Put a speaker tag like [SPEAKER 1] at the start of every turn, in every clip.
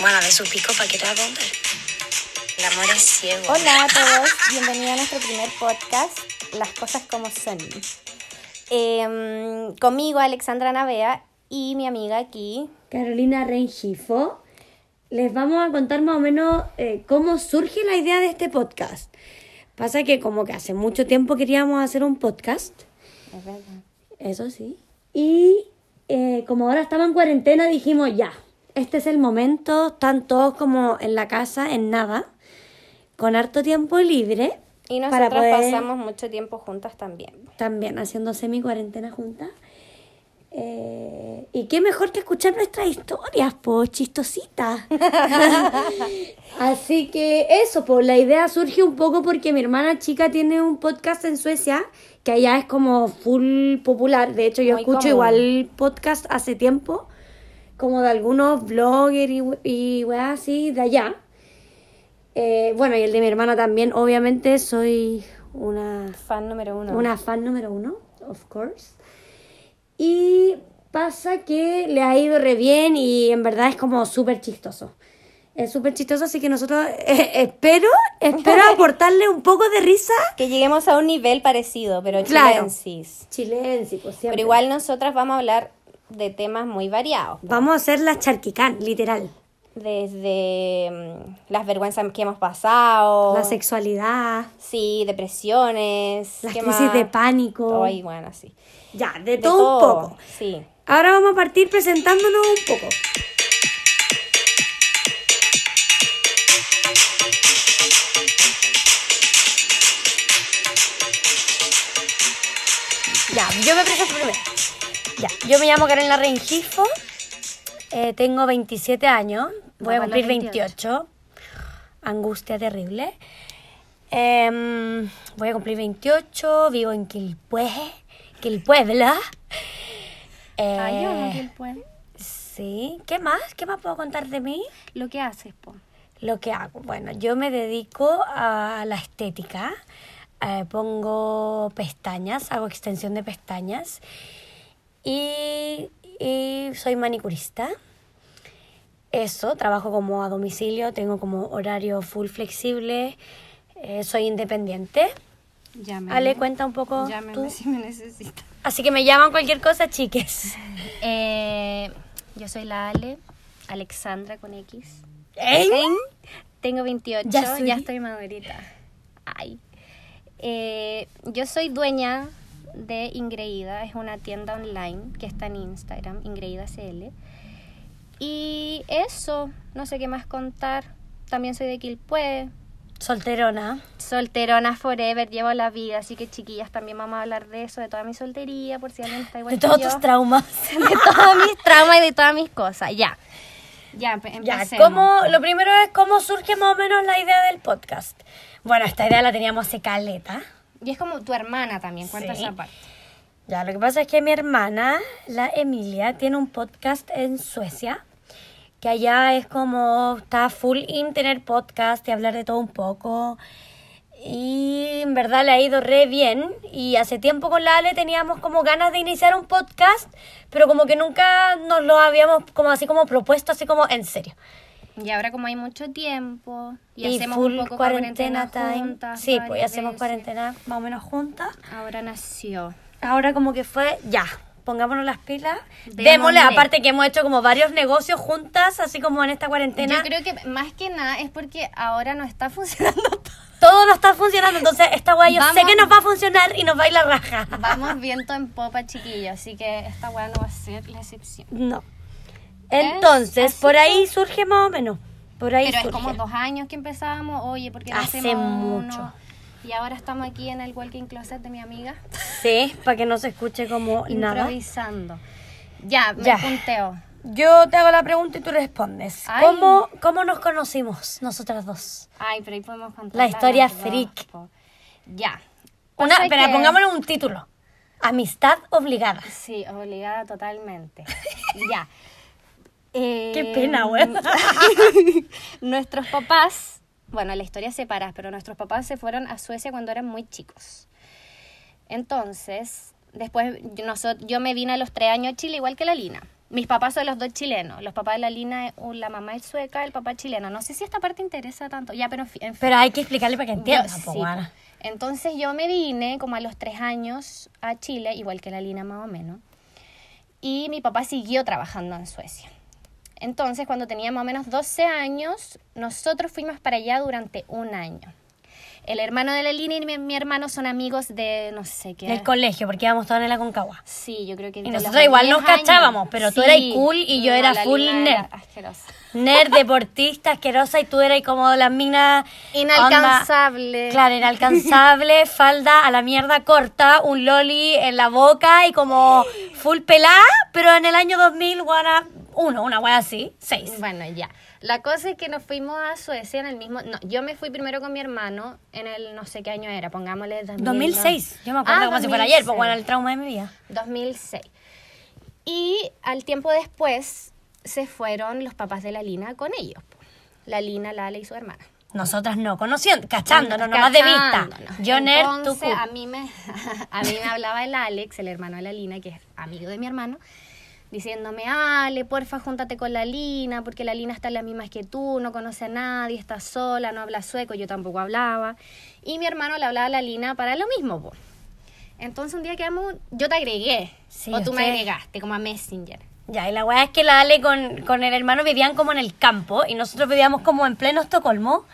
[SPEAKER 1] Bueno, de su pico, ¿para qué te va a contar? El amor es ciego.
[SPEAKER 2] Hola a todos, bienvenidos a nuestro primer podcast, Las cosas como son. Em, conmigo Alexandra Navea y mi amiga aquí.
[SPEAKER 3] Carolina Rengifo. Les vamos a contar más o menos eh, cómo surge la idea de este podcast. Pasa que como que hace mucho tiempo queríamos hacer un podcast,
[SPEAKER 2] Es verdad.
[SPEAKER 3] eso sí. Y eh, como ahora estaba en cuarentena dijimos ya, este es el momento, están todos como en la casa, en nada, con harto tiempo libre.
[SPEAKER 2] Y
[SPEAKER 3] para
[SPEAKER 2] nosotras
[SPEAKER 3] poder-
[SPEAKER 2] pasamos mucho tiempo juntas también.
[SPEAKER 3] también haciendo semi cuarentena juntas. Eh, y qué mejor que escuchar nuestras historias, po, chistositas. Así que eso, po, la idea surge un poco porque mi hermana chica tiene un podcast en Suecia que allá es como full popular. De hecho, yo
[SPEAKER 2] Muy
[SPEAKER 3] escucho
[SPEAKER 2] común.
[SPEAKER 3] igual podcast hace tiempo, como de algunos bloggers y, we- y weas así de allá. Eh, bueno, y el de mi hermana también, obviamente, soy una
[SPEAKER 2] Fan número uno.
[SPEAKER 3] una fan número uno, of course. Y pasa que le ha ido re bien y en verdad es como súper chistoso. Es súper chistoso, así que nosotros eh, espero, espero aportarle un poco de risa.
[SPEAKER 2] Que lleguemos a un nivel parecido, pero
[SPEAKER 3] Claro.
[SPEAKER 2] chilensis.
[SPEAKER 3] Chilense, pues siempre.
[SPEAKER 2] Pero igual nosotras vamos a hablar de temas muy variados.
[SPEAKER 3] Vamos a hacer la charquicán, literal.
[SPEAKER 2] Desde mm, las vergüenzas que hemos pasado.
[SPEAKER 3] La sexualidad,
[SPEAKER 2] Sí, depresiones.
[SPEAKER 3] las
[SPEAKER 2] ¿qué
[SPEAKER 3] crisis
[SPEAKER 2] más?
[SPEAKER 3] de pánico.
[SPEAKER 2] Ay, bueno, sí.
[SPEAKER 3] Ya,
[SPEAKER 2] De
[SPEAKER 3] de, todo,
[SPEAKER 2] todo,
[SPEAKER 3] un poco.
[SPEAKER 2] Sí.
[SPEAKER 3] Ahora vamos a partir presentándonos un poco.
[SPEAKER 2] Ya, yo me presento primero.
[SPEAKER 3] Ya, yo me llamo Karen Rengifo, eh, tengo 27 años, voy a
[SPEAKER 2] Vamos a
[SPEAKER 3] cumplir
[SPEAKER 2] los
[SPEAKER 3] 28. Angustia terrible. Em, voy a cumplir 28, vivo en Quilpue, Quilpuebla. Eh,
[SPEAKER 4] Ay, yo no que él puede.
[SPEAKER 3] Sí, ¿qué más? ¿Qué más puedo contar de mí?
[SPEAKER 4] Lo que haces, po.
[SPEAKER 3] Lo que hago. Bueno, yo me dedico a la estética. Eh, pongo pestañas, hago extensión de pestañas. Y, y soy manicurista. Eso, trabajo como a domicilio, tengo como horario full flexible. eh, soy independiente.
[SPEAKER 4] Llámeme.
[SPEAKER 3] Ale, cuenta un poco
[SPEAKER 4] pues, Llámeme
[SPEAKER 3] tú.
[SPEAKER 4] si me necesita.
[SPEAKER 3] Así que me llaman cualquier cosa, chiques.
[SPEAKER 4] Eh, yo soy la Ale, Alexandra con X.
[SPEAKER 3] ¿Eh?
[SPEAKER 4] Tengo 28,
[SPEAKER 3] Ya
[SPEAKER 4] ya,
[SPEAKER 3] soy.
[SPEAKER 4] estoy madurita. Ay. Eh, yo soy dueña de Ingreída, es una tienda online que está en Instagram, Ingreída CL. Y eso, no sé qué más contar. También soy de Quilpue,
[SPEAKER 3] Solterona.
[SPEAKER 4] Solterona forever, llevo la vida, así que chiquillas también vamos a hablar de eso, de toda mi soltería, por si alguien está igual
[SPEAKER 3] De
[SPEAKER 4] que
[SPEAKER 3] todos
[SPEAKER 4] yo.
[SPEAKER 3] tus traumas.
[SPEAKER 4] de todos mis traumas y de todas mis cosas, ya. Ya, empe-
[SPEAKER 3] Ya,
[SPEAKER 4] empecemos.
[SPEAKER 3] ¿cómo, lo primero es cómo surge más o menos la idea del podcast. Bueno, esta idea la teníamos hace caleta.
[SPEAKER 4] Y es como tu hermana también, cuenta
[SPEAKER 3] Sí.
[SPEAKER 4] esa parte.
[SPEAKER 3] Ya, lo que pasa es que mi hermana, la Emilia, tiene un podcast en Suecia, que allá es como, está full in tener podcast y hablar de todo un poco. Y en verdad le ha ido re bien. Y hace tiempo con la Ale teníamos como ganas de iniciar un podcast, pero como que nunca nos lo habíamos como así como propuesto, así como en serio.
[SPEAKER 4] Y ahora como hay mucho tiempo y,
[SPEAKER 3] y
[SPEAKER 4] hacemos
[SPEAKER 3] full
[SPEAKER 4] un poco
[SPEAKER 3] cuarentena,
[SPEAKER 4] cuarentena,
[SPEAKER 3] time.
[SPEAKER 4] juntas.
[SPEAKER 3] sí, pues
[SPEAKER 4] varias
[SPEAKER 3] hacemos
[SPEAKER 4] veces.
[SPEAKER 3] cuarentena más o menos juntas.
[SPEAKER 4] Ahora nació.
[SPEAKER 3] Ahora como que fue ya, pongámonos las pilas. Démosle,
[SPEAKER 4] Démosle.
[SPEAKER 3] aparte que hemos hecho como varios negocios juntas, así como en esta cuarentena.
[SPEAKER 4] Yo creo que más que nada es porque ahora no está funcionando todo.
[SPEAKER 3] Todo no está funcionando, entonces esta guay yo sé
[SPEAKER 4] Vamos.
[SPEAKER 3] que nos va a funcionar y nos va a ir la raja.
[SPEAKER 4] Vamos viento en popa, chiquillos, así que esta weá no va a ser la excepción.
[SPEAKER 3] No.
[SPEAKER 4] Es
[SPEAKER 3] Entonces,
[SPEAKER 4] ¿Eh? así
[SPEAKER 3] por ahí surge más o menos. Por ahí
[SPEAKER 4] Pero es
[SPEAKER 3] surge.
[SPEAKER 4] como dos años que empezábamos, oye, porque
[SPEAKER 3] Hace mucho.
[SPEAKER 4] Y ahora estamos aquí en el walking closet de mi amiga,
[SPEAKER 3] Sí, para que no se escuche como nada.
[SPEAKER 4] improvisando. Ya, me
[SPEAKER 3] Ya.
[SPEAKER 4] punteo.
[SPEAKER 3] Yo te hago la pregunta y tú respondes.
[SPEAKER 4] Ay.
[SPEAKER 3] ¿Cómo, ¿Cómo nos conocimos nosotras dos?
[SPEAKER 4] Ay, pero ahí podemos contar.
[SPEAKER 3] La historia
[SPEAKER 4] las dos,
[SPEAKER 3] freak.
[SPEAKER 4] po. Ya.
[SPEAKER 3] Una,
[SPEAKER 4] Pasa
[SPEAKER 3] espera,
[SPEAKER 4] que-
[SPEAKER 3] pongámosle un título. Amistad obligada.
[SPEAKER 4] Sí, obligada totalmente. ya. Eh,
[SPEAKER 3] Qué pena, güey.
[SPEAKER 4] nuestros papás, bueno, la historia se para, pero nuestros papás se fueron a Suecia cuando eran muy chicos. Entonces, después yo, noso- yo me vine a los tres años a Chile, igual que la Lina. Mis papás son los dos chilenos. Los papás de la Lina, eh, la mamá es sueca, el papá es chileno. No sé si esta parte interesa tanto. Ya, pero en fi- en fin.
[SPEAKER 3] Pero hay que explicarle para que entienda,
[SPEAKER 4] Yo-
[SPEAKER 3] po,
[SPEAKER 4] sí,
[SPEAKER 3] guana.
[SPEAKER 4] po. Entonces yo me vine como a los tres años a Chile, igual que la Lina más o menos. Y mi papá siguió trabajando en Suecia. Entonces, cuando tenía más o menos 12 años, nosotros fuimos para allá durante un año. El hermano de la Lina y mi, mi hermano son amigos de no sé qué.
[SPEAKER 3] Del colegio, porque íbamos todos en la Concagua.
[SPEAKER 4] Sí, yo creo que...
[SPEAKER 3] Y
[SPEAKER 4] de
[SPEAKER 3] nosotros
[SPEAKER 4] los
[SPEAKER 3] igual nos
[SPEAKER 4] 10 años.
[SPEAKER 3] cachábamos, pero tú eras cool y yo era
[SPEAKER 4] la
[SPEAKER 3] full
[SPEAKER 4] Lina era
[SPEAKER 3] nerd.
[SPEAKER 4] asquerosa.
[SPEAKER 3] Nerd, deportista, asquerosa, y tú eras como las minas...
[SPEAKER 4] Inalcanzable.
[SPEAKER 3] onda- Claro, inalcanzable, falda a la mierda corta, un loli en la boca y como full pelada, pero en el año 2000, guana, uno, una wea así, seis.
[SPEAKER 4] Bueno, ya. La cosa es que nos fuimos a Suecia en el mismo... No, yo me fui primero con mi hermano en el no sé qué año era, pongámosle... 2002.
[SPEAKER 3] 2006, yo me acuerdo
[SPEAKER 4] Ah,
[SPEAKER 3] como si fuera ayer, pues
[SPEAKER 4] 2006.
[SPEAKER 3] bueno, el trauma de mi vida.
[SPEAKER 4] 2006. Y al tiempo después se fueron los papás de la Lina con ellos. po. La Lina, la Ale y su hermana.
[SPEAKER 3] Nosotras no, conociendo, cachándonos, nomás de vista.
[SPEAKER 4] Cachándonos.
[SPEAKER 3] Yo nerd, tú
[SPEAKER 4] Entonces,
[SPEAKER 3] cool.
[SPEAKER 4] a mí, me, a mí me hablaba el Alex, el hermano de la Lina, que es amigo de mi hermano, diciéndome, Ale, porfa, júntate con la Lina, porque la Lina está en las mismas que tú, no conoce a nadie, está sola, no habla sueco, yo tampoco hablaba. Y mi hermano le hablaba a la Lina para lo mismo, po. Entonces un día quedamos, yo te agregué,
[SPEAKER 3] Sí,
[SPEAKER 4] o tú me
[SPEAKER 3] ustedes-
[SPEAKER 4] agregaste, como a Messenger.
[SPEAKER 3] Ya, y la weá es que la Ale con, con el hermano vivían como en el campo y nosotros vivíamos como en pleno Estocolmo.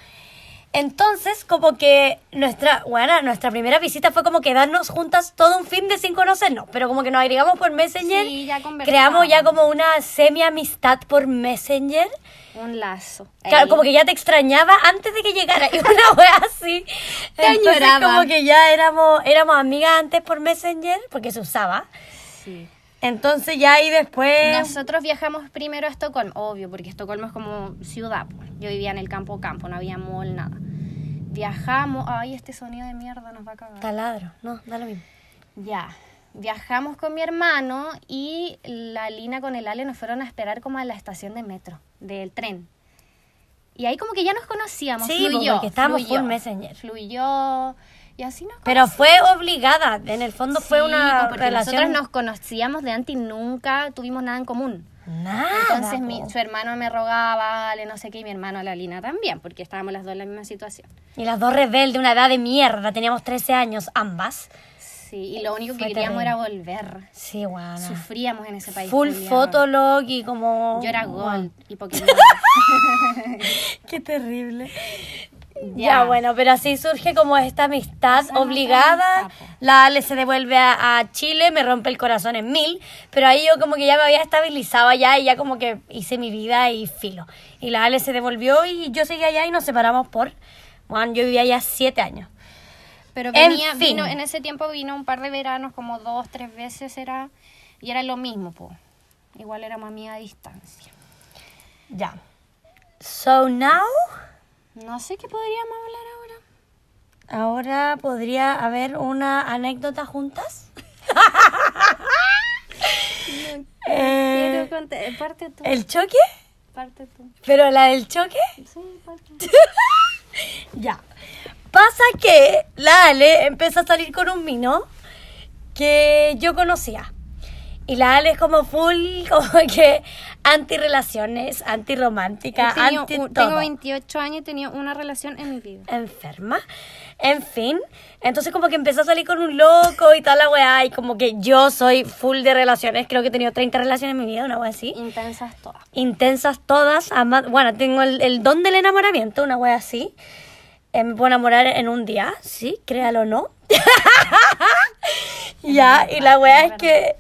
[SPEAKER 3] Entonces, como que nuestra, bueno, nuestra primera visita fue como quedarnos juntas todo un fin de sin conocernos, pero como que nos agregamos por Messenger,
[SPEAKER 4] Sí, ya conversamos.
[SPEAKER 3] creamos ya como una semi-amistad por Messenger.
[SPEAKER 4] Un lazo.
[SPEAKER 3] Claro,
[SPEAKER 4] Ahí.
[SPEAKER 3] como que ya te extrañaba antes de que llegara y una wea así.
[SPEAKER 4] Te
[SPEAKER 3] Entonces,
[SPEAKER 4] añoraba.
[SPEAKER 3] como que ya éramos, éramos amigas antes por Messenger, porque se usaba.
[SPEAKER 4] Sí.
[SPEAKER 3] Entonces ya y después...
[SPEAKER 4] Nosotros viajamos primero a Estocolmo, obvio, porque Estocolmo es como ciudad. po. Yo vivía en el campo campo, no había mall, nada. Viajamos, ay, este sonido de mierda nos va a cagar.
[SPEAKER 3] Taladro, no, da lo mismo.
[SPEAKER 4] Ya. Viajamos con mi hermano y la Lina con el Ale nos fueron a esperar como a la estación de metro, del tren. Y ahí como que ya nos conocíamos,
[SPEAKER 3] Sí, po,
[SPEAKER 4] fluyó,
[SPEAKER 3] porque estábamos
[SPEAKER 4] fluyó,
[SPEAKER 3] full Messenger.
[SPEAKER 4] Fluyó y así nos
[SPEAKER 3] Pero fue obligada, en el fondo fue
[SPEAKER 4] Sí,
[SPEAKER 3] una
[SPEAKER 4] po, porque
[SPEAKER 3] relación...
[SPEAKER 4] nosotros nos conocíamos de antes y nunca tuvimos nada en común.
[SPEAKER 3] Nada,
[SPEAKER 4] Entonces
[SPEAKER 3] Ah, po.
[SPEAKER 4] mi, su hermano me rogaba, le no sé qué, y mi hermano la Lina también, porque estábamos las dos en la misma situación.
[SPEAKER 3] Y las dos rebeldes, una edad de mierda, teníamos 13 años ambas.
[SPEAKER 4] Sí, y lo único que
[SPEAKER 3] Fue
[SPEAKER 4] queríamos era volver.
[SPEAKER 3] Sí, guana.
[SPEAKER 4] Sufríamos en ese país.
[SPEAKER 3] Full
[SPEAKER 4] culiao.
[SPEAKER 3] fotolog y como...
[SPEAKER 4] Yo era Gold y Pokémon.
[SPEAKER 3] Qué terrible. Ya.
[SPEAKER 4] Ya. Ah,
[SPEAKER 3] bueno, pero así surge como esta amistad
[SPEAKER 4] no
[SPEAKER 3] obligada.
[SPEAKER 4] cansa, po.
[SPEAKER 3] La Ale se devuelve a, a Chile, me rompe el corazón en mil, pero ahí yo como que ya me había estabilizado allá y ya como que hice mi vida y filo. Y la Ale se devolvió y yo seguí allá y nos separamos por... Bueno, yo vivía allá siete años.
[SPEAKER 4] Pero
[SPEAKER 3] En
[SPEAKER 4] venía,
[SPEAKER 3] fin.
[SPEAKER 4] vino, en ese tiempo vino un par de veranos, como dos, tres veces era, y era lo mismo, po. Igual éramos amigas a distancia.
[SPEAKER 3] Ya. So now,
[SPEAKER 4] No sé qué podríamos hablar ahora.
[SPEAKER 3] ahora podría haber una anécdota juntas. Eh,
[SPEAKER 4] Quiero contar, parte tú,
[SPEAKER 3] ¿El choque?
[SPEAKER 4] parte tú.
[SPEAKER 3] ¿Pero la del choque?
[SPEAKER 4] Sí, parte.
[SPEAKER 3] Ya. Pasa que la Ale empezó a salir con un vino que yo conocía. Y la Ale es como full, como que anti-relaciones, anti-romántica,
[SPEAKER 4] He tenido
[SPEAKER 3] anti
[SPEAKER 4] un-
[SPEAKER 3] todo.
[SPEAKER 4] tengo 28 años y he tenido una relación en mi vida.
[SPEAKER 3] enferma. En fin, entonces como que empecé a salir con un loco y tal la weá, y como que yo soy full de relaciones, creo que he tenido 30 relaciones en mi vida, una weá así.
[SPEAKER 4] Intensas todas.
[SPEAKER 3] Intensas todas, ama- bueno, tengo el, el don del enamoramiento, una weá así. Eh, me puedo enamorar en un día, sí, créalo o no. ya, y la wea es que.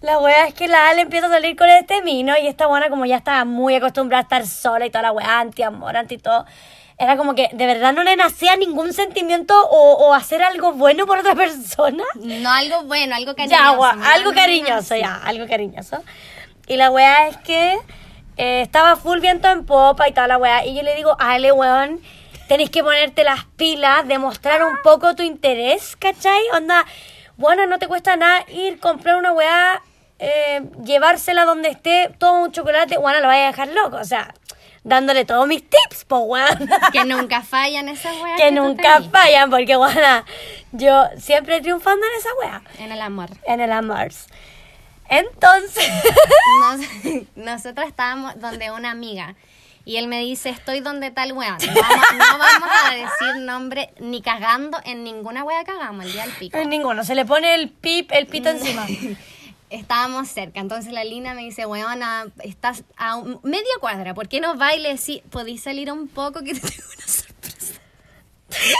[SPEAKER 3] La wea es que la Ale empieza a salir con este mino y esta buena como ya estaba muy acostumbrada a estar sola y toda la wea anti-amor, anti-todo. Era como que de verdad no le nacía ningún sentimiento o, o hacer algo bueno por otra persona.
[SPEAKER 4] No algo bueno, algo cariñoso.
[SPEAKER 3] Ya, gua- algo
[SPEAKER 4] ¿no? No, no, no,
[SPEAKER 3] cariñoso,
[SPEAKER 4] sí.
[SPEAKER 3] ya, algo cariñoso. Y la weá es que eh, estaba full viento en popa y toda la weá. Y yo le digo, Ale, weón, tenés que ponerte las pilas, demostrar un poco tu interés, ¿cachai? Onda, bueno, no te cuesta nada ir, comprar una weá, eh, llevársela donde esté, todo un chocolate, bueno, lo vaya a dejar loco, o sea, dándole todos mis tips, po, weón.
[SPEAKER 4] Que nunca fallan esas weas.
[SPEAKER 3] que
[SPEAKER 4] tú
[SPEAKER 3] nunca
[SPEAKER 4] tenés.
[SPEAKER 3] fallan, porque, bueno, yo siempre triunfando en esa weá
[SPEAKER 4] En el amor.
[SPEAKER 3] en el amor. Entonces,
[SPEAKER 4] Nos- nosotros estábamos donde una amiga y él me dice, estoy donde tal weón. Vamos- no vamos a decir nombre ni cagando en ninguna wea cagamos el día del pico.
[SPEAKER 3] en ninguno, se le pone el pip, el pito encima.
[SPEAKER 4] Estábamos cerca, entonces la Lina me dice, weona, estás a un- media cuadra, ¿por qué no bailes? Sí, podéis salir un poco que te tengo una sorpresa.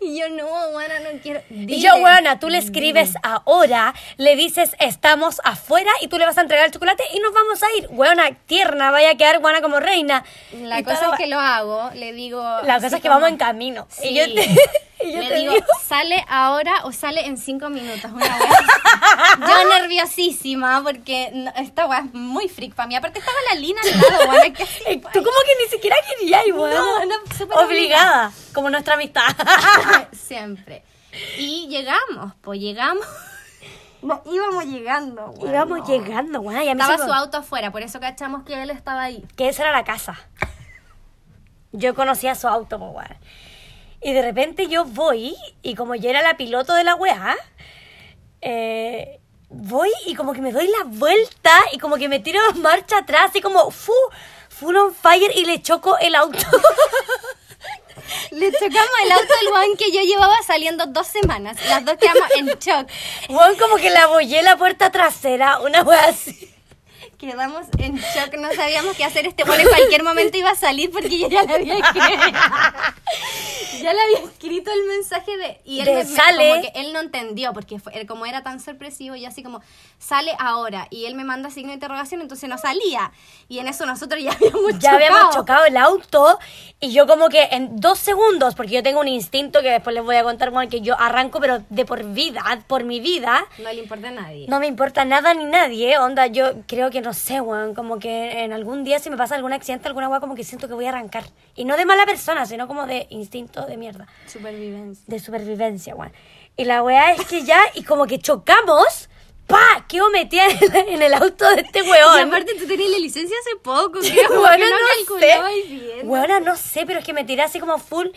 [SPEAKER 4] y yo, no, weona, no quiero.
[SPEAKER 3] Y yo,
[SPEAKER 4] Dile.
[SPEAKER 3] weona, tú le escribes ahora, le dices estamos afuera y tú le vas a entregar el chocolate y nos vamos a ir. Weona, tierna, vaya a quedar weona como reina.
[SPEAKER 4] La
[SPEAKER 3] Y
[SPEAKER 4] cosa
[SPEAKER 3] todo-
[SPEAKER 4] es que lo hago, le digo...
[SPEAKER 3] La cosa
[SPEAKER 4] así
[SPEAKER 3] es que vamos
[SPEAKER 4] como-
[SPEAKER 3] en camino.
[SPEAKER 4] Sí.
[SPEAKER 3] Y yo te, y yo
[SPEAKER 4] le
[SPEAKER 3] te
[SPEAKER 4] digo,
[SPEAKER 3] digo-
[SPEAKER 4] sale ahora o sale en cinco minutos. Una wea. Yo nerviosísima porque no- esta weá es muy freak para mí. Aparte estaba la Lina al lado, weona, que así,
[SPEAKER 3] Y tú como que ni siquiera querías, weona.
[SPEAKER 4] no, súper
[SPEAKER 3] obligada, como nuestra amistad.
[SPEAKER 4] siempre. Y llegamos, pues llegamos. No, íbamos llegando, weón.
[SPEAKER 3] Íbamos llegando, weona, y a mí
[SPEAKER 4] Estaba
[SPEAKER 3] se me-
[SPEAKER 4] su auto afuera, por eso cachamos que él estaba ahí.
[SPEAKER 3] que esa era la casa. Yo conocía su auto, po, weón. Y de repente yo voy, y como yo era la piloto de la weá, eh, voy y como que me doy la vuelta y como que me tiro marcha atrás y como fu, full on fire y le choco el auto.
[SPEAKER 4] Le chocamos el auto al weón que yo llevaba saliendo dos semanas. Las dos quedamos en shock.
[SPEAKER 3] Weón, como que la abollé la puerta trasera, una weá así.
[SPEAKER 4] Quedamos en shock, no sabíamos qué hacer. Este bueno en cualquier momento iba a salir porque yo ya le había escrito. ya le había escrito el mensaje de. Y él
[SPEAKER 3] De
[SPEAKER 4] me- me-
[SPEAKER 3] sale.
[SPEAKER 4] como que él no entendió porque fue- él como era tan sorpresivo, yo así como, sale ahora. Y él me manda signo de interrogación, entonces no salía. Y en eso nosotros ya habíamos
[SPEAKER 3] Ya
[SPEAKER 4] chocado.
[SPEAKER 3] habíamos chocado el auto y yo como que en dos segundos, porque yo tengo un instinto que después les voy a contar, weón, que yo arranco, pero de por vida, por mi vida,
[SPEAKER 4] No le importa a nadie.
[SPEAKER 3] No me importa nada ni nadie, onda, yo creo que no sé, weón, como que en algún día si me pasa algún accidente, alguna weá, como que siento que voy a arrancar. Y no de mala persona, sino como de instinto de mierda,
[SPEAKER 4] Supervivencia.
[SPEAKER 3] de supervivencia, weón. Y la weá es que ya, y como que chocamos, ¡pa! Quedo metida en el, en el auto de este
[SPEAKER 4] Y
[SPEAKER 3] weón.
[SPEAKER 4] aparte tú tenías la licencia hace poco, que como
[SPEAKER 3] Weona,
[SPEAKER 4] que no,
[SPEAKER 3] no
[SPEAKER 4] calculabas
[SPEAKER 3] sé.
[SPEAKER 4] bien.
[SPEAKER 3] Weona, no sé, pero es que me tiré así como full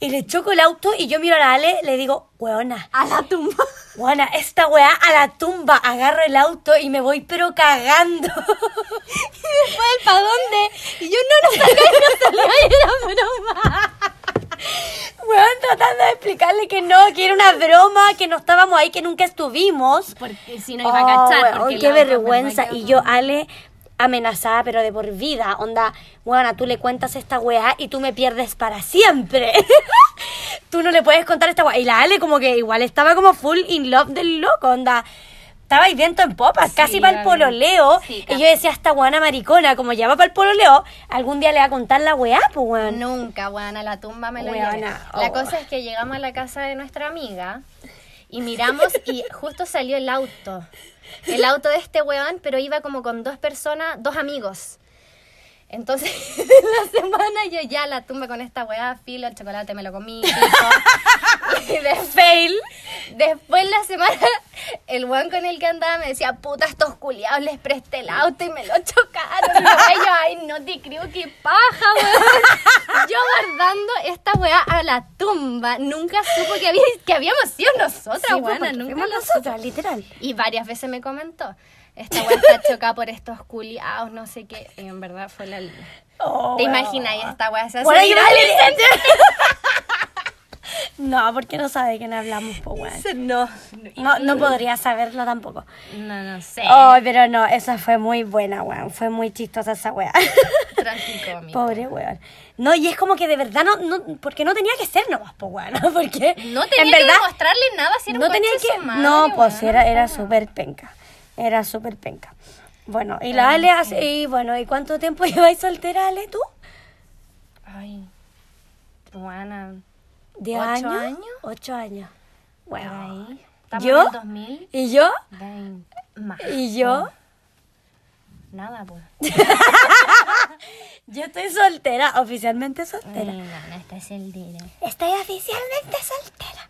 [SPEAKER 3] y le choco el auto y yo miro a la Ale, le digo, weona,
[SPEAKER 4] A la tumba.
[SPEAKER 3] weona, esta weá a la tumba, agarro el auto y me voy pero cagando.
[SPEAKER 4] después el pa' dónde. Y yo no, no salía, no salía, era broma.
[SPEAKER 3] Weón, tratando de explicarle que no, que era una broma, que no estábamos ahí, que nunca estuvimos.
[SPEAKER 4] Porque si no iba a cachar.
[SPEAKER 3] Oh,
[SPEAKER 4] porque
[SPEAKER 3] weón, qué
[SPEAKER 4] la otra
[SPEAKER 3] vergüenza.
[SPEAKER 4] persona
[SPEAKER 3] Y yo,
[SPEAKER 4] quedó
[SPEAKER 3] Ale, amenazada, pero de por vida. Onda, weona, tú le cuentas esta weá y tú me pierdes para siempre. tú no le puedes contar esta weá. Y la Ale, como que igual estaba como full in love del loco, onda. Estaba ahí viento en popas, casi para el
[SPEAKER 4] la
[SPEAKER 3] pololeo.
[SPEAKER 4] verdad. Sí,
[SPEAKER 3] y yo decía, esta guana maricona, como ya va para el pololeo, algún día le va a contar la weá, pues,
[SPEAKER 4] como,
[SPEAKER 3] weón.
[SPEAKER 4] Nunca, weón, a la tumba me lo
[SPEAKER 3] Weona,
[SPEAKER 4] llevé.
[SPEAKER 3] oh.
[SPEAKER 4] La cosa es que llegamos a la casa de nuestra amiga y miramos y justo salió el auto. El auto de este weón, pero iba como con dos personas, dos amigos. Entonces, la semana yo ya a la tumba con esta weá, filo, el chocolate me lo comí. pico. Y después
[SPEAKER 3] Fail.
[SPEAKER 4] Después la semana, el weón con el que andaba me decía, puta, estos culiados les presté el auto y me lo chocaron. Y la wea, yo, ay, no te creo que paja, weón. Yo guardando esta weá a la tumba. Nunca supo que, había, que habíamos sido nosotras,
[SPEAKER 3] Sí, pues,
[SPEAKER 4] weona.
[SPEAKER 3] porque
[SPEAKER 4] Nunca
[SPEAKER 3] fuimos
[SPEAKER 4] lo supo.
[SPEAKER 3] nosotras, literal.
[SPEAKER 4] Y varias veces me comentó, esta weá está chocada por estos culiados, no sé qué. Y en verdad fue la línea. ¿Te imaginas? Y esta weá se hace
[SPEAKER 3] Bueno, yo
[SPEAKER 4] viral
[SPEAKER 3] le-
[SPEAKER 4] y se
[SPEAKER 3] No, porque no sabe de quién hablamos, po, weón.
[SPEAKER 4] dice, No,
[SPEAKER 3] No, no podría saberlo tampoco.
[SPEAKER 4] no, no sé.
[SPEAKER 3] Ay, pero no, esa fue muy buena, weón. Fue muy chistosa esa weá.
[SPEAKER 4] Tragicómico.
[SPEAKER 3] Pobre weón. No, y es como que de verdad no, no porque no tenía que ser nomás, po, weón. Porque
[SPEAKER 4] No tenía
[SPEAKER 3] en verdad,
[SPEAKER 4] que demostrarle nada si era
[SPEAKER 3] no
[SPEAKER 4] un
[SPEAKER 3] tenía
[SPEAKER 4] conche
[SPEAKER 3] que.
[SPEAKER 4] su madre,
[SPEAKER 3] no, pues
[SPEAKER 4] weón.
[SPEAKER 3] era, era súper penca. Era súper penca. Bueno, y la Ale, hace- y bueno, ¿y cuánto tiempo lleváis soltera, Ale, tú?
[SPEAKER 4] Ay, pues. Juana.
[SPEAKER 3] ¿De
[SPEAKER 4] ¿Ocho
[SPEAKER 3] años?
[SPEAKER 4] años?
[SPEAKER 3] Ocho años. Bueno.
[SPEAKER 4] Ahí. Estamos
[SPEAKER 3] ¿Yo?
[SPEAKER 4] en el 2000.
[SPEAKER 3] ¿Y yo?
[SPEAKER 4] Vein- Más.
[SPEAKER 3] ¿Y yo?
[SPEAKER 4] Nada, pues.
[SPEAKER 3] Yo estoy soltera, oficialmente soltera.
[SPEAKER 4] Mira, este es el día.
[SPEAKER 3] Estoy oficialmente soltera.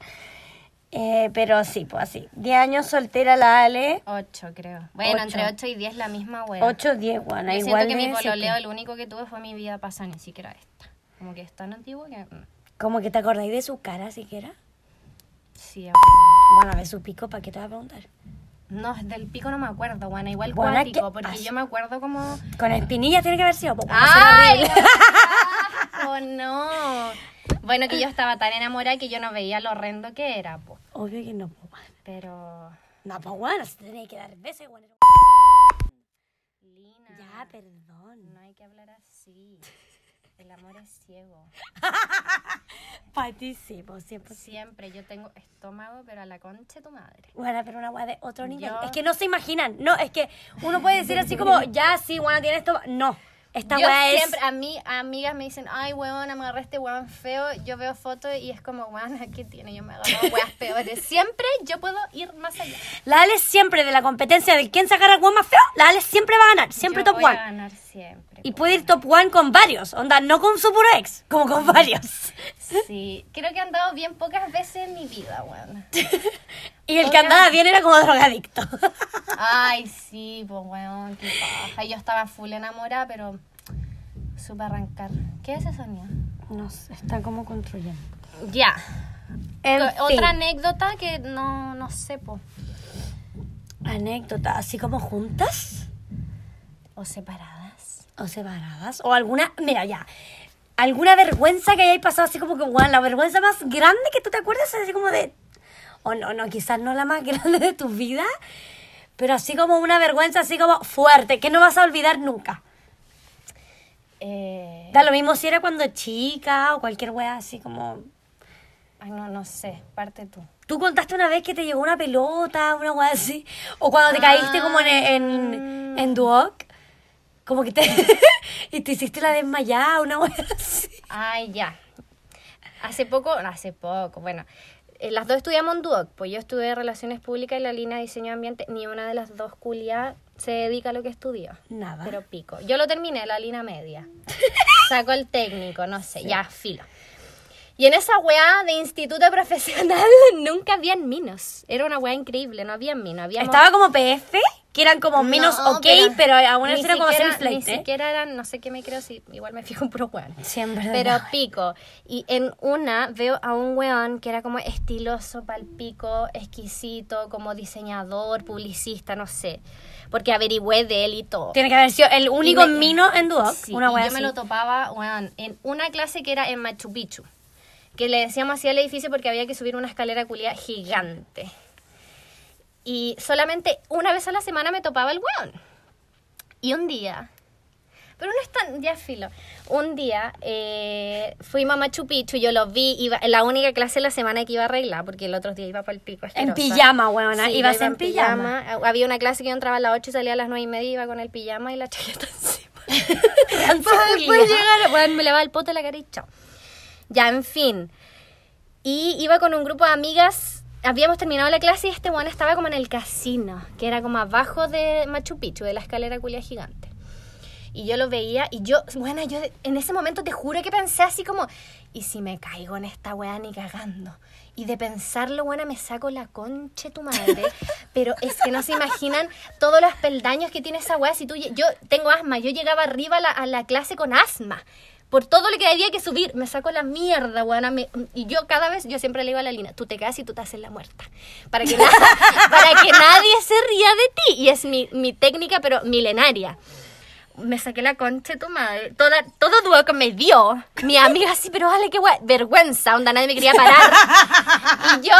[SPEAKER 3] Eh, pero sí, pues así. 10 años soltera la Ale.
[SPEAKER 4] Ocho, creo. Bueno,
[SPEAKER 3] Ocho.
[SPEAKER 4] entre ocho y diez la misma wea.
[SPEAKER 3] 8, 10,
[SPEAKER 4] Yo
[SPEAKER 3] bueno,
[SPEAKER 4] siento
[SPEAKER 3] igual.
[SPEAKER 4] que
[SPEAKER 3] de
[SPEAKER 4] mi
[SPEAKER 3] ese
[SPEAKER 4] pololeo,
[SPEAKER 3] tiempo.
[SPEAKER 4] el único que tuve fue mi vida pasada, ni siquiera esta. Como que es tan antiguo que... mm,
[SPEAKER 3] Como que te acordáis de su cara siquiera.
[SPEAKER 4] Sí,
[SPEAKER 3] Bueno, de su pico, ¿para qué te vas a preguntar?
[SPEAKER 4] No, es del pico no me acuerdo, Juana. Igual
[SPEAKER 3] Guana,
[SPEAKER 4] cuático,
[SPEAKER 3] ¿qué
[SPEAKER 4] porque
[SPEAKER 3] pasa?
[SPEAKER 4] yo me acuerdo como...
[SPEAKER 3] Con espinilla tiene que haber sido. po, va a ser
[SPEAKER 4] ¡Ay!
[SPEAKER 3] horrible.
[SPEAKER 4] ¡Oh, no! Bueno, que yo estaba tan enamorada que yo no veía lo horrendo que era, po.
[SPEAKER 3] Obvio que no, po.
[SPEAKER 4] Pero...
[SPEAKER 3] No, po, bueno, se tenía que dar besos igual. era un-
[SPEAKER 4] Lina,
[SPEAKER 3] Ya, perdón.
[SPEAKER 4] no hay que hablar así. El amor es ciego.
[SPEAKER 3] Participo, siempre.
[SPEAKER 4] Siempre yo tengo estómago, pero a la concha de tu madre.
[SPEAKER 3] Bueno, pero una weá de otro nivel.
[SPEAKER 4] Yo-
[SPEAKER 3] Es que no se imaginan. No, es que uno puede decir así como, ya, sí, Juana tiene esto. No, esta
[SPEAKER 4] yo
[SPEAKER 3] weá es.
[SPEAKER 4] siempre, a mí, amigas me dicen, ay, weón, me agarré este weón feo. Yo veo fotos y es como, weón, ¿qué tiene? Yo me agarro weas peores. Siempre yo puedo ir más allá.
[SPEAKER 3] La Ale siempre de la competencia del quién sacar al weón más feo, la Ale siempre va a ganar. Siempre
[SPEAKER 4] Yo
[SPEAKER 3] top
[SPEAKER 4] voy a
[SPEAKER 3] one.
[SPEAKER 4] ganar siempre.
[SPEAKER 3] Y
[SPEAKER 4] po.
[SPEAKER 3] puede ir top one con varios. Onda, no con su puro ex, como con varios.
[SPEAKER 4] Sí, creo que he andado bien pocas veces en mi vida, weón.
[SPEAKER 3] Y el que andaba bien era como drogadicto.
[SPEAKER 4] Ay, sí, pues weón, qué paja. Yo estaba full enamorada, pero supe arrancar. ¿Qué es eso, Sonia?
[SPEAKER 3] No sé, está como construyendo.
[SPEAKER 4] Ya.
[SPEAKER 3] En
[SPEAKER 4] Co-
[SPEAKER 3] fin,
[SPEAKER 4] Otra anécdota que no, no sé, po.
[SPEAKER 3] anécdota, así como juntas
[SPEAKER 4] O separadas.
[SPEAKER 3] o separadas o alguna, mira ya, alguna vergüenza que hayáis pasado así como que, bueno, la vergüenza más grande que tú te acuerdas así como de, o no, no, quizás no la más grande de tu vida, pero así como una vergüenza así como fuerte, que no vas a olvidar nunca.
[SPEAKER 4] Eh,
[SPEAKER 3] Da lo mismo si era cuando chica o cualquier wea así como...
[SPEAKER 4] ay, no, no sé. Parte tú.
[SPEAKER 3] Tú contaste una vez que te llegó una pelota, una wea así, o cuando te caíste como en, en, en Duoc, como que te... y te hiciste la desmayada, una wea así.
[SPEAKER 4] Ay, ya. Hace poco, hace poco, bueno. eh, Las dos estudiamos en Duoc, pues yo estudié Relaciones Públicas y la línea de Diseño de Ambiente. Ni una de las dos culiadas se dedica a lo que estudió.
[SPEAKER 3] Nada.
[SPEAKER 4] Pero pico. Yo lo terminé, la línea media. Saco el técnico, no sé, ya filo. Y en esa weá de instituto profesional nunca habían minos. Era una weá increíble, no habían minos. Habíamos...
[SPEAKER 3] Estaba como PF, que eran como menos
[SPEAKER 4] No,
[SPEAKER 3] ok, pero, aún
[SPEAKER 4] ni
[SPEAKER 3] así era como
[SPEAKER 4] siquiera-
[SPEAKER 3] hacer el
[SPEAKER 4] Ni
[SPEAKER 3] flight, ¿eh?
[SPEAKER 4] siquiera eran, no sé qué me creo, si igual me fijo un puro weón.
[SPEAKER 3] Siempre.
[SPEAKER 4] Pero pico. Y en una veo a un weón que era como estiloso, palpico, exquisito, como diseñador, publicista, no sé. Porque averigüé de él y todo.
[SPEAKER 3] Tiene que haber sido el único
[SPEAKER 4] Y me-
[SPEAKER 3] mino en Duoc,
[SPEAKER 4] Sí,
[SPEAKER 3] una
[SPEAKER 4] y
[SPEAKER 3] wea
[SPEAKER 4] yo me
[SPEAKER 3] así.
[SPEAKER 4] lo topaba, weón, en una clase que era en Machu Picchu. Que le decíamos así al edificio porque había que subir una escalera culia gigante. Y solamente una vez a la semana me topaba el weón. Y un día... Pero no es tan... Ya filo. Un día eh, fuimos a Machu Picchu, yo lo vi, iba, la única clase de la semana que iba a arreglar, porque el otro día iba para el pico.
[SPEAKER 3] En
[SPEAKER 4] asquerosa.
[SPEAKER 3] pijama, weona,
[SPEAKER 4] Sí, yo
[SPEAKER 3] ibas
[SPEAKER 4] iba Ah,
[SPEAKER 3] en pijama.
[SPEAKER 4] Había una clase que yo entraba a las 8 y salía a las 9 y media, iba con el pijama y la chaqueta encima.
[SPEAKER 3] Gran
[SPEAKER 4] Para
[SPEAKER 3] Julia.
[SPEAKER 4] después llegar, bueno, me lavaba el poto la cara y chao. Ya, en fin. Y iba con un grupo de amigas. Habíamos terminado la clase y este bueno estaba como en el casino, que era como abajo de Machu Picchu, de la escalera culia gigante. Y yo lo veía y yo, bueno, yo en ese momento te juro que pensé así como, ¿y si me caigo en esta weá ni cagando? Y de pensarlo, buena, me saco la conche tu madre. Pero es que no se imaginan todos los peldaños que tiene esa weá. Si tú, lle- yo tengo asma, yo llegaba arriba a la, a la clase con asma. Por todo lo que había que subir, me saco la mierda, weona. me- y yo cada vez, yo siempre le digo a la Lina, tú te quedas y tú te haces la muerta. Para que, na- para que nadie se ría de ti. Y es mi, mi técnica, pero milenaria me saqué la concha de tu madre. Toda, todo duelo que me dio. Mi amiga así, pero vale, qué guay. Vergüenza, onda, nadie me quería parar. Y yo,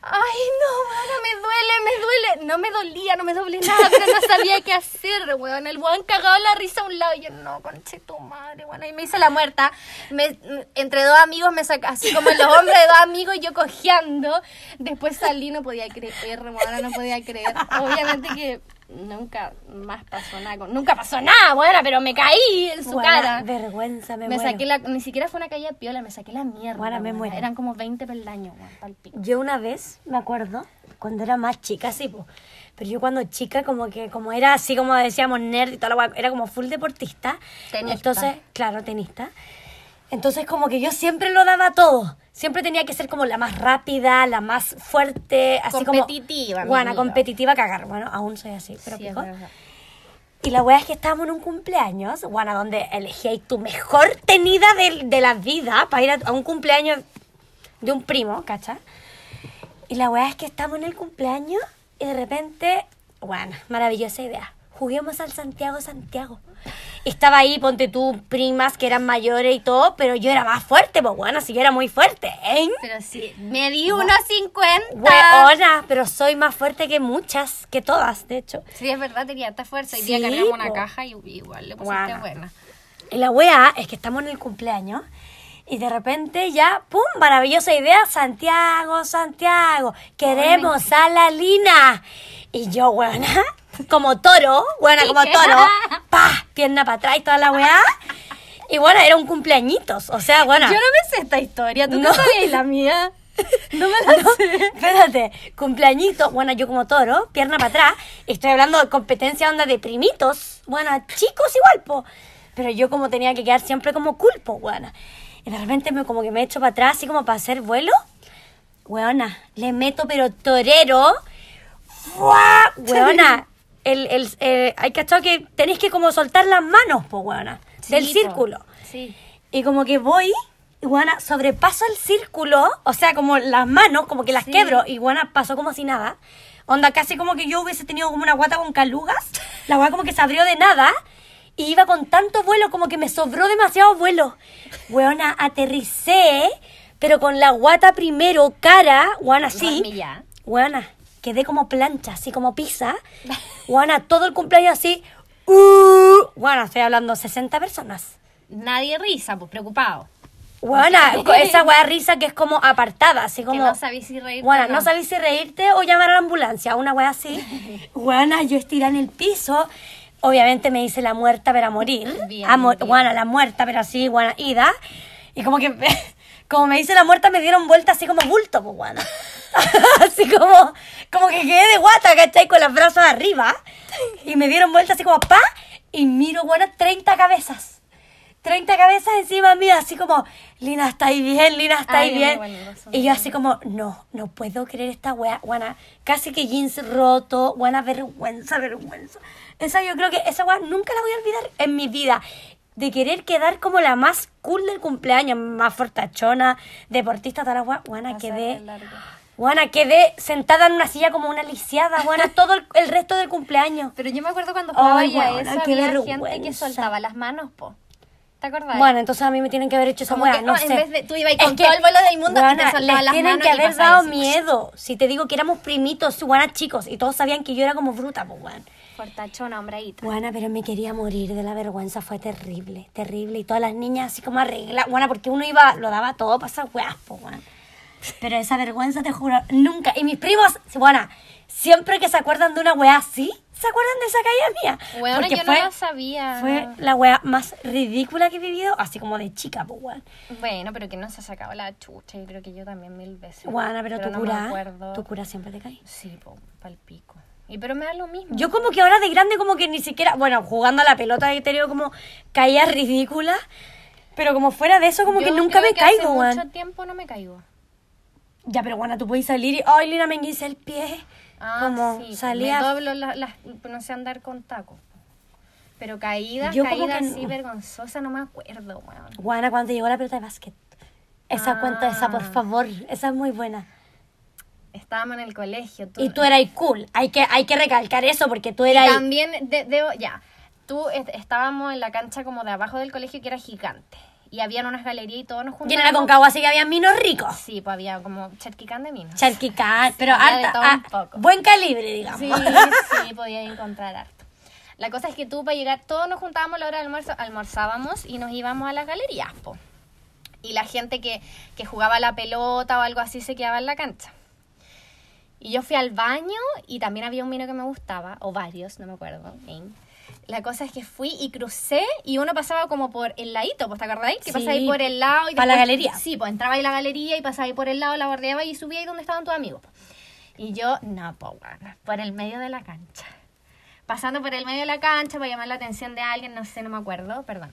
[SPEAKER 4] ay, no, weona, me duele, me duele. No me dolía, no me doblé nada, pero no sabía qué hacer, weón. El weón cagado la risa a un lado. Y yo, no, conche tu madre, weón. Y me hice la muerta. Me- entre dos amigos, me saca así como en los hombres de dos amigos, y yo cojeando. Después salí, no podía creer, weón, no podía creer. Obviamente que nunca más pasó nada. con- nunca pasó nada, weón, pero me caí en su
[SPEAKER 3] Weona,
[SPEAKER 4] cara.
[SPEAKER 3] Vergüenza, me,
[SPEAKER 4] Me
[SPEAKER 3] muero.
[SPEAKER 4] saqué la, ni siquiera fue una caída piola, me saqué la mierda.
[SPEAKER 3] Guara, me
[SPEAKER 4] weona.
[SPEAKER 3] muero.
[SPEAKER 4] Eran como 20 peldaños, weón, pa'l pico.
[SPEAKER 3] Yo una vez, me acuerdo, cuando era más chica, sí, po, pero yo cuando chica, como que como era así, como decíamos, nerd y toda la guay, era como full deportista.
[SPEAKER 4] Tenista.
[SPEAKER 3] Entonces, claro, tenista. Entonces, como que yo siempre lo daba todo. Siempre tenía que ser como la más rápida, la más fuerte, así como...
[SPEAKER 4] Competitiva, mi
[SPEAKER 3] Buena,
[SPEAKER 4] amiga.
[SPEAKER 3] competitiva a cagar. Bueno, aún soy así, pero
[SPEAKER 4] Sí, es
[SPEAKER 3] pico.
[SPEAKER 4] verdad.
[SPEAKER 3] Y la wea es que estábamos en un cumpleaños, Juana, donde elegí ahí tu mejor tenida del- de, la vida para ir a, a un cumpleaños de un primo, ¿cacha? Y la wea es que estamos en el cumpleaños y de repente Bueno, maravillosa idea. Juguemos al Santiago, Santiago. Estaba ahí, ponte tú, primas que eran mayores y todo, pero yo era más fuerte, pues bueno, así que era muy fuerte, ¿eh?
[SPEAKER 4] Pero sí, me di unos 50. Ah.
[SPEAKER 3] Weona, pero soy más fuerte que muchas, que todas, de hecho.
[SPEAKER 4] Sí, es verdad, tenía harta fuerza. Hoy
[SPEAKER 3] Sí,
[SPEAKER 4] día cargamos una
[SPEAKER 3] po.
[SPEAKER 4] caja y igual le pusiste
[SPEAKER 3] Guana.
[SPEAKER 4] buena.
[SPEAKER 3] Y la wea es que estamos en el cumpleaños y de repente ya, ¡pum! Maravillosa idea, Santiago, Santiago, queremos a la Lina. Y yo, weona, como toro, weona, como toro, pa, pierna para atrás y toda la weá. Y bueno, era un cumpleañitos, o sea, bueno.
[SPEAKER 4] Yo no me sé esta historia, tú no,
[SPEAKER 3] No.
[SPEAKER 4] sabías la mía. No me la sé.
[SPEAKER 3] Espérate, cumpleañitos, bueno, yo como toro, pierna para atrás, estoy hablando de competencia onda de primitos, bueno, chicos igual, po. Pero yo como tenía que quedar siempre como culpo, buena. Y de repente me, como que me echo para atrás, así como para hacer vuelo. Weona, le meto pero torero. ¡Fua! Weona, el, el, eh, hay cachado que tenéis que como soltar las manos, po, weona, del
[SPEAKER 4] Sí, po.
[SPEAKER 3] círculo.
[SPEAKER 4] Sí.
[SPEAKER 3] Y como que voy, y guana, sobrepaso el círculo, o sea, como las manos, como que las
[SPEAKER 4] Sí.
[SPEAKER 3] quebro, y guana, pasó como si nada. Onda, casi como que yo hubiese tenido como una guata con calugas, la guata como que se abrió de nada, y iba con tanto vuelo, como que me sobró demasiado vuelo. Weona, aterricé, pero con la guata primero, cara, guana, sí.
[SPEAKER 4] Dormilla.
[SPEAKER 3] Guana, quedé como plancha, así como pizza. Guana, todo el cumpleaños así. Uh, guana, estoy hablando 60 personas.
[SPEAKER 4] Nadie risa, pues preocupado.
[SPEAKER 3] Buena, esa weá risa que es como apartada, así como.
[SPEAKER 4] que no sabéis si reír.
[SPEAKER 3] Buena, no sabéis si reírte o llamar a la ambulancia, una weá así. Buena, yo estiré en el piso. Obviamente me hice la muerta, pero a morir.
[SPEAKER 4] Ah, Bien,
[SPEAKER 3] A mo-
[SPEAKER 4] bien.
[SPEAKER 3] Buena, la muerta, pero así, buena, ida. Y como que. me- Como me hice la muerta, me dieron vuelta así como bulto, pues, buena. así como. Como que quedé de guata, ¿cachai? Con los brazos arriba. Y me dieron vuelta así como pa. Y miro, buena, 30 cabezas. 30 cabezas encima mía, así como, Lina, está ahí bien, Lina, está
[SPEAKER 4] Ay,
[SPEAKER 3] ahí
[SPEAKER 4] no,
[SPEAKER 3] bien.
[SPEAKER 4] igual, igual, son
[SPEAKER 3] y yo así como, no, no puedo creer esta wea, guana, casi que jeans roto, guana, vergüenza, vergüenza. Esa yo creo que, esa wea nunca la voy a olvidar en mi vida. De querer quedar como la más cool del cumpleaños, más fortachona, deportista, toda la wea, guana,
[SPEAKER 4] Pasaste
[SPEAKER 3] quedé...
[SPEAKER 4] largo.
[SPEAKER 3] Guana, quedé sentada en una silla como una lisiada, guana, todo el, el resto del cumpleaños.
[SPEAKER 4] Pero yo me acuerdo cuando jugaba
[SPEAKER 3] Ay,
[SPEAKER 4] ya
[SPEAKER 3] weona,
[SPEAKER 4] eso,
[SPEAKER 3] qué
[SPEAKER 4] había gente que
[SPEAKER 3] vergüenza.
[SPEAKER 4] soltaba las manos, po. ¿Te acordás?
[SPEAKER 3] Bueno, entonces a mí me tienen que haber hecho esa
[SPEAKER 4] Como
[SPEAKER 3] weá,
[SPEAKER 4] que,
[SPEAKER 3] no
[SPEAKER 4] no,
[SPEAKER 3] sé.
[SPEAKER 4] en vez de- tú ibas con todo el vuelo del mundo y te
[SPEAKER 3] weona,
[SPEAKER 4] soldabas
[SPEAKER 3] les
[SPEAKER 4] las
[SPEAKER 3] tienen
[SPEAKER 4] manos
[SPEAKER 3] que
[SPEAKER 4] y
[SPEAKER 3] haber
[SPEAKER 4] pasabas
[SPEAKER 3] dado
[SPEAKER 4] así.
[SPEAKER 3] miedo. Si te digo que éramos primitos, weona, chicos, y todos sabían que yo era como fruta, pues weón.
[SPEAKER 4] Fortachona, hombradita.
[SPEAKER 3] Guana, pero me quería morir de la vergüenza, fue terrible, terrible. Y todas las niñas así como arregladas, guana, porque uno iba, lo daba todo para esas weas, pues weón. Pero esa vergüenza, te juro, nunca. Y mis primos, sí, guana, siempre que se acuerdan de una wea así, se acuerdan de esa caída mía.
[SPEAKER 4] Weona,
[SPEAKER 3] Porque
[SPEAKER 4] yo
[SPEAKER 3] fue,
[SPEAKER 4] no lo sabía.
[SPEAKER 3] Fue la wea más ridícula que he vivido, así como de chica, pues weón.
[SPEAKER 4] Bueno, pero que no se sacaba la chucha. Yo creo que yo también mil veces.
[SPEAKER 3] Guana, pero, tu
[SPEAKER 4] no Me
[SPEAKER 3] cura,
[SPEAKER 4] acuerdo.
[SPEAKER 3] tu cura siempre te cae.
[SPEAKER 4] Sí, po, palpico. Y pero me da lo mismo.
[SPEAKER 3] Yo como que ahora de grande como que ni siquiera, bueno, jugando a la pelota he tenido como caídas ridículas, pero como fuera de eso como que
[SPEAKER 4] Yo
[SPEAKER 3] nunca
[SPEAKER 4] creo
[SPEAKER 3] me
[SPEAKER 4] que
[SPEAKER 3] caigo,
[SPEAKER 4] Hace
[SPEAKER 3] weón.
[SPEAKER 4] mucho tiempo no me caigo.
[SPEAKER 3] Ya, pero bueno, tú puedes salir y, ay, Lina, me enguisé el pie.
[SPEAKER 4] Ah,
[SPEAKER 3] como
[SPEAKER 4] sí,
[SPEAKER 3] salía...
[SPEAKER 4] Me doblo la- las, no sé andar con tacos. Pero caídas,
[SPEAKER 3] Yo como
[SPEAKER 4] caídas
[SPEAKER 3] que
[SPEAKER 4] así
[SPEAKER 3] no.
[SPEAKER 4] vergonzosas, no me acuerdo, weón.
[SPEAKER 3] Guana, cuando te llegó la pelota de básquet. Esa
[SPEAKER 4] Ah.
[SPEAKER 3] cuenta, esa, por favor, esa es muy buena.
[SPEAKER 4] Estábamos en el colegio.
[SPEAKER 3] Y tú eras cool, hay que, hay que recalcar eso porque tú eras...
[SPEAKER 4] También, de- debo, ya. Tú est- estábamos en la cancha como de abajo del colegio que era gigante. Y habían unas galerías y todos nos
[SPEAKER 3] Y en
[SPEAKER 4] juntábamos.
[SPEAKER 3] la Concagua así que había minos ricos.
[SPEAKER 4] Sí, pues había como charquicán de minas.
[SPEAKER 3] Charquicán, pero
[SPEAKER 4] había de
[SPEAKER 3] harta,
[SPEAKER 4] todo un
[SPEAKER 3] ah,
[SPEAKER 4] poco.
[SPEAKER 3] buen calibre, digamos.
[SPEAKER 4] Sí, sí, podía encontrar harto. La cosa es que tú para llegar, todos nos juntábamos a la hora del almuerzo, almorzábamos y nos íbamos a las galerías, po. Y la gente que, que jugaba la pelota o algo así se quedaba en la cancha. Y yo fui al baño y también había un mino que me gustaba, o varios, no me acuerdo. men. La cosa es que fui y crucé y uno pasaba como por el ladito, pues, ¿te acordáis? Que
[SPEAKER 3] Sí,
[SPEAKER 4] pasaba ahí por el lado. y
[SPEAKER 3] pa' la
[SPEAKER 4] después-
[SPEAKER 3] galería.
[SPEAKER 4] Sí, pues entraba ahí a la galería y pasaba ahí por el lado, la bordeaba y subía ahí donde estaban tus amigos. po. Y yo, no, po, weona, por el medio de la cancha. Pasando por el medio de la cancha para llamar la atención de alguien, no sé, no me acuerdo, perdón.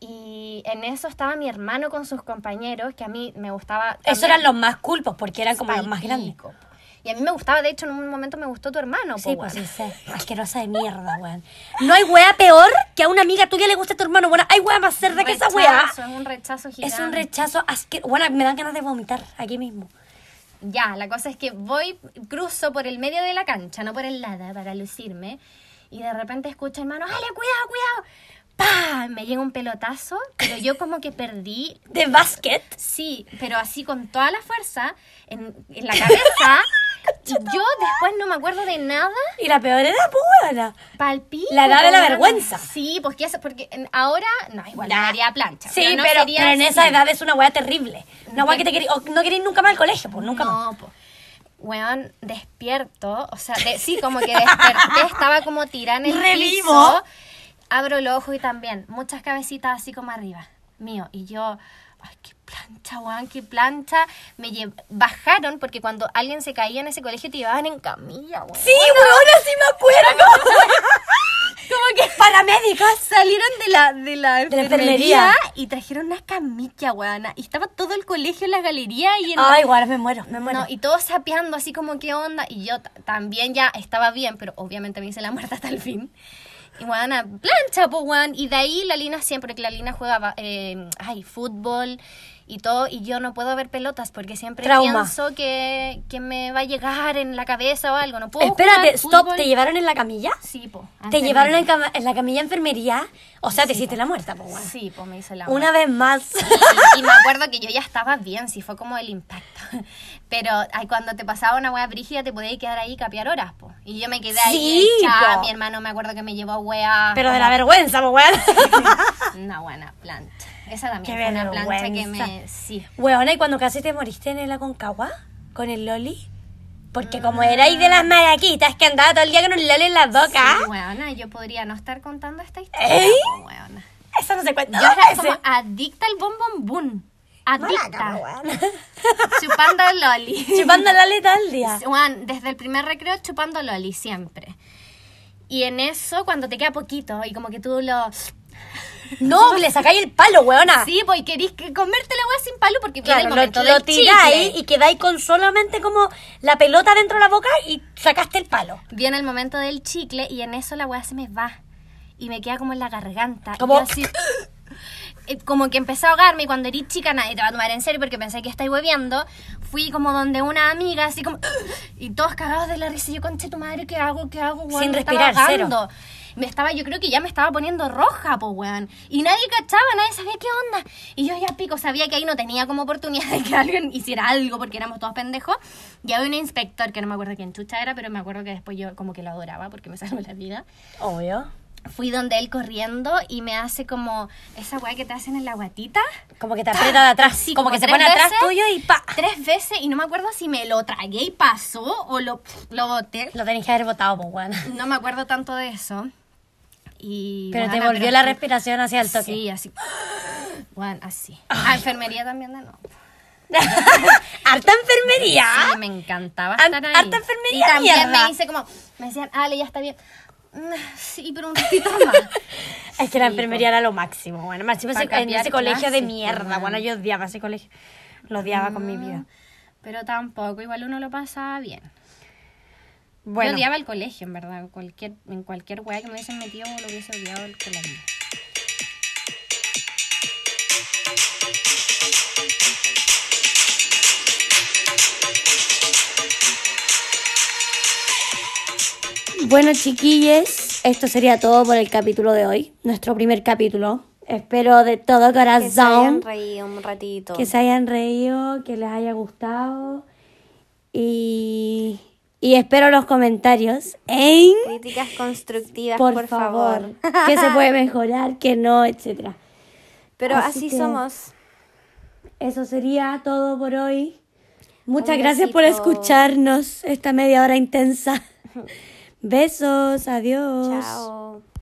[SPEAKER 4] Y en eso estaba mi hermano con sus compañeros, que a mí me gustaba...
[SPEAKER 3] Eso
[SPEAKER 4] también-
[SPEAKER 3] eran los más culpos porque eran como los más grandes.
[SPEAKER 4] Palpico. Y a mí me gustaba, de hecho, en un momento me gustó tu hermano.
[SPEAKER 3] Sí,
[SPEAKER 4] po,
[SPEAKER 3] pues sí,
[SPEAKER 4] weón.
[SPEAKER 3] sé. Asquerosa de mierda, weón. No hay wea peor que a una amiga tuya le guste a tu hermano. Bueno, hay wea más cerda que esa
[SPEAKER 4] Rechazo,
[SPEAKER 3] wea.
[SPEAKER 4] Es un rechazo gigante.
[SPEAKER 3] Es un rechazo asqueroso. Bueno, me dan ganas de vomitar aquí mismo.
[SPEAKER 4] Ya, la cosa es que voy, cruzo por el medio de la cancha, no por el lado, para lucirme. Y de repente escucho, hermano, ¡Ale, cuidado, cuidado! ¡Pah! Me llega un pelotazo, pero yo como que perdí
[SPEAKER 3] ¿De básquet?
[SPEAKER 4] Sí, pero así con toda la fuerza en, en la cabeza. yo después no me acuerdo de nada.
[SPEAKER 3] Y la peor pues, era Púbala.
[SPEAKER 4] Palpí.
[SPEAKER 3] La edad de la vergüenza.
[SPEAKER 4] Sí, porque, eso- porque en- ahora no, igual
[SPEAKER 3] Ya.
[SPEAKER 4] la haría plancha.
[SPEAKER 3] Sí,
[SPEAKER 4] no
[SPEAKER 3] pero,
[SPEAKER 4] sería
[SPEAKER 3] pero en
[SPEAKER 4] así.
[SPEAKER 3] esa edad es una weá terrible. Una weá que te querí- o no querís nunca más al colegio, pues nunca más.
[SPEAKER 4] No, po. Weón, despierto. O sea, de- sí, como que desperté, estaba como tirada en el
[SPEAKER 3] Revivo.
[SPEAKER 4] piso. Abro el ojo y también muchas cabecitas así como arriba. Mío. Y yo, ay, qué plancha, weón, qué plancha. Me lle- bajaron porque cuando alguien se caía en ese colegio te llevaban en camilla, weón.
[SPEAKER 3] Sí, weón, sí me acuerdo. Como que paramédicas.
[SPEAKER 4] Salieron de la, de la
[SPEAKER 3] De la
[SPEAKER 4] enfermería,
[SPEAKER 3] enfermería.
[SPEAKER 4] y trajeron una camilla, weón. Y estaba todo el colegio en la galería y en la-
[SPEAKER 3] Ay, igual me muero, me muero.
[SPEAKER 4] No, y todos sapeando así como qué onda. Y yo ta- también ya estaba bien, pero obviamente me hice la muerta hasta el fin. Y weona, plancha, pues weón. Y de ahí la Lina siempre, porque la Lina jugaba eh, ay, fútbol y todo. Y yo no puedo ver pelotas porque siempre
[SPEAKER 3] Trauma.
[SPEAKER 4] pienso que, que me va a llegar en la cabeza o algo. No puedo
[SPEAKER 3] Espérate,
[SPEAKER 4] jugar
[SPEAKER 3] stop,
[SPEAKER 4] fútbol.
[SPEAKER 3] ¿te llevaron en la camilla?
[SPEAKER 4] Sí, po.
[SPEAKER 3] ¿Te
[SPEAKER 4] enfermería.
[SPEAKER 3] llevaron en, cama- en la camilla enfermería? O sea, te hiciste la muerta, pues weón.
[SPEAKER 4] Sí, pues me hice la
[SPEAKER 3] Una vez más.
[SPEAKER 4] Y, y me acuerdo que yo ya estaba bien, si fue como el impacto. Pero ay, cuando te pasaba una hueá brígida, te podías quedar ahí capear horas, po. Y yo me quedé ahí
[SPEAKER 3] Sí,
[SPEAKER 4] hecha.
[SPEAKER 3] po.
[SPEAKER 4] Mi hermano me acuerdo que me llevó a hueá.
[SPEAKER 3] Pero de la vergüenza, pues weón.
[SPEAKER 4] Una buena plancha. Esa también
[SPEAKER 3] Qué
[SPEAKER 4] fue una plancha que
[SPEAKER 3] vergüenza.
[SPEAKER 4] me. Sí.
[SPEAKER 3] Weona, ¿y cuando casi te moriste en el Aconcagua? ¿Con el loli? Porque como erais de las maraquitas que andaba todo el día con un loli en la boca.
[SPEAKER 4] Sí, hueona, yo podría no estar contando esta historia.
[SPEAKER 3] ¿Eh?
[SPEAKER 4] po, hueona.
[SPEAKER 3] Eso pues, no se cuenta.
[SPEAKER 4] Yo era
[SPEAKER 3] dos
[SPEAKER 4] como
[SPEAKER 3] veces.
[SPEAKER 4] adicta al bombón boom.
[SPEAKER 3] Maraca,
[SPEAKER 4] Adicta.
[SPEAKER 3] po, weona.
[SPEAKER 4] Chupando loli.
[SPEAKER 3] Chupando la loli todo el día.
[SPEAKER 4] Juan, desde el primer recreo chupando loli siempre. Y en eso, cuando te queda poquito y como que tú lo...
[SPEAKER 3] Ah. No, le sacáis el palo, weona.
[SPEAKER 4] Sí, pues y querís que comerte la hueá sin palo porque viene
[SPEAKER 3] Claro,
[SPEAKER 4] el
[SPEAKER 3] lo,
[SPEAKER 4] momento
[SPEAKER 3] lo
[SPEAKER 4] del
[SPEAKER 3] tiráis
[SPEAKER 4] chicle.
[SPEAKER 3] y quedáis con solamente como la pelota dentro de la boca y sacaste el palo.
[SPEAKER 4] Viene el momento del chicle y en eso la hueá se me va. Y me queda como en la garganta. Y
[SPEAKER 3] Como-
[SPEAKER 4] yo así- Eh, como que empecé a ahogarme y cuando eres chica nadie te va a tomar en serio porque pensé que estáis hueviando. Fui como donde una amiga, así como... Y todos cagados de la risa. Y yo, conche tu madre, ¿qué hago? ¿Qué hago? weón?
[SPEAKER 3] Sin
[SPEAKER 4] Me estaba
[SPEAKER 3] respirar, cero.
[SPEAKER 4] ahogando. Me estaba, yo creo que ya me estaba poniendo roja, po, weón. Y nadie cachaba, nadie sabía qué onda. Y yo ya pico, sabía que ahí no tenía como oportunidad de que alguien hiciera algo porque éramos todos pendejos. Y había un inspector que no me acuerdo quién chucha era, pero me acuerdo que después yo como que lo adoraba porque me salvó la vida
[SPEAKER 3] Obvio.
[SPEAKER 4] fui donde él corriendo y me hace como esa weá que te hacen en la guatita.
[SPEAKER 3] Como que te aprieta de atrás.
[SPEAKER 4] Sí,
[SPEAKER 3] como, que se
[SPEAKER 4] tres
[SPEAKER 3] pone atrás
[SPEAKER 4] veces,
[SPEAKER 3] tuyo y pa.
[SPEAKER 4] Tres veces y no me acuerdo si me lo tragué y pasó o lo, lo boté.
[SPEAKER 3] Lo tenéis que haber botado, pues, weona.
[SPEAKER 4] No me acuerdo tanto de eso. Y,
[SPEAKER 3] Pero te
[SPEAKER 4] weona,
[SPEAKER 3] volvió la
[SPEAKER 4] fue-
[SPEAKER 3] respiración hacia el toque.
[SPEAKER 4] Sí, así. Bueno, así. A enfermería también de nuevo.
[SPEAKER 3] ¡Harta enfermería!
[SPEAKER 4] Sí, me encantaba
[SPEAKER 3] Ar-
[SPEAKER 4] estar ahí.
[SPEAKER 3] Ah. harta enfermería,
[SPEAKER 4] Y también
[SPEAKER 3] mierda.
[SPEAKER 4] me hice como, me decían, Ale, ya está bien. Mm, Sí, pero un ratito más.
[SPEAKER 3] Es que la
[SPEAKER 4] Sí,
[SPEAKER 3] enfermería era lo máximo, bueno, máximo
[SPEAKER 4] Pa'
[SPEAKER 3] ese- en
[SPEAKER 4] cambiar
[SPEAKER 3] ese colegio de
[SPEAKER 4] clases, Ah.
[SPEAKER 3] mierda,
[SPEAKER 4] weón.
[SPEAKER 3] bueno, yo odiaba ese colegio, lo odiaba con mi vida.
[SPEAKER 4] Mm, Pero tampoco, igual uno lo pasaba bien. Yo
[SPEAKER 3] Bueno,
[SPEAKER 4] odiaba el colegio, en verdad. Cualquier, en cualquier weá que me hubiesen metido, lo hubiese odiado el colegio.
[SPEAKER 5] Bueno, chiquilles, esto sería todo por el capítulo de hoy, nuestro primer capítulo. Espero de todo
[SPEAKER 2] Que se hayan
[SPEAKER 5] corazón
[SPEAKER 2] reído un ratito.
[SPEAKER 5] que se hayan reído, que les haya gustado y, y espero los comentarios en,
[SPEAKER 2] Críticas constructivas,
[SPEAKER 5] por,
[SPEAKER 2] por,
[SPEAKER 5] favor, que se puede mejorar, que no, etcétera.
[SPEAKER 2] Pero
[SPEAKER 5] Así
[SPEAKER 2] así
[SPEAKER 5] que-
[SPEAKER 2] somos.
[SPEAKER 5] Eso sería todo por hoy. Muchas
[SPEAKER 2] Un
[SPEAKER 5] gracias por
[SPEAKER 2] besito.
[SPEAKER 5] escucharnos esta media hora intensa. Besos, adiós.
[SPEAKER 2] Chao.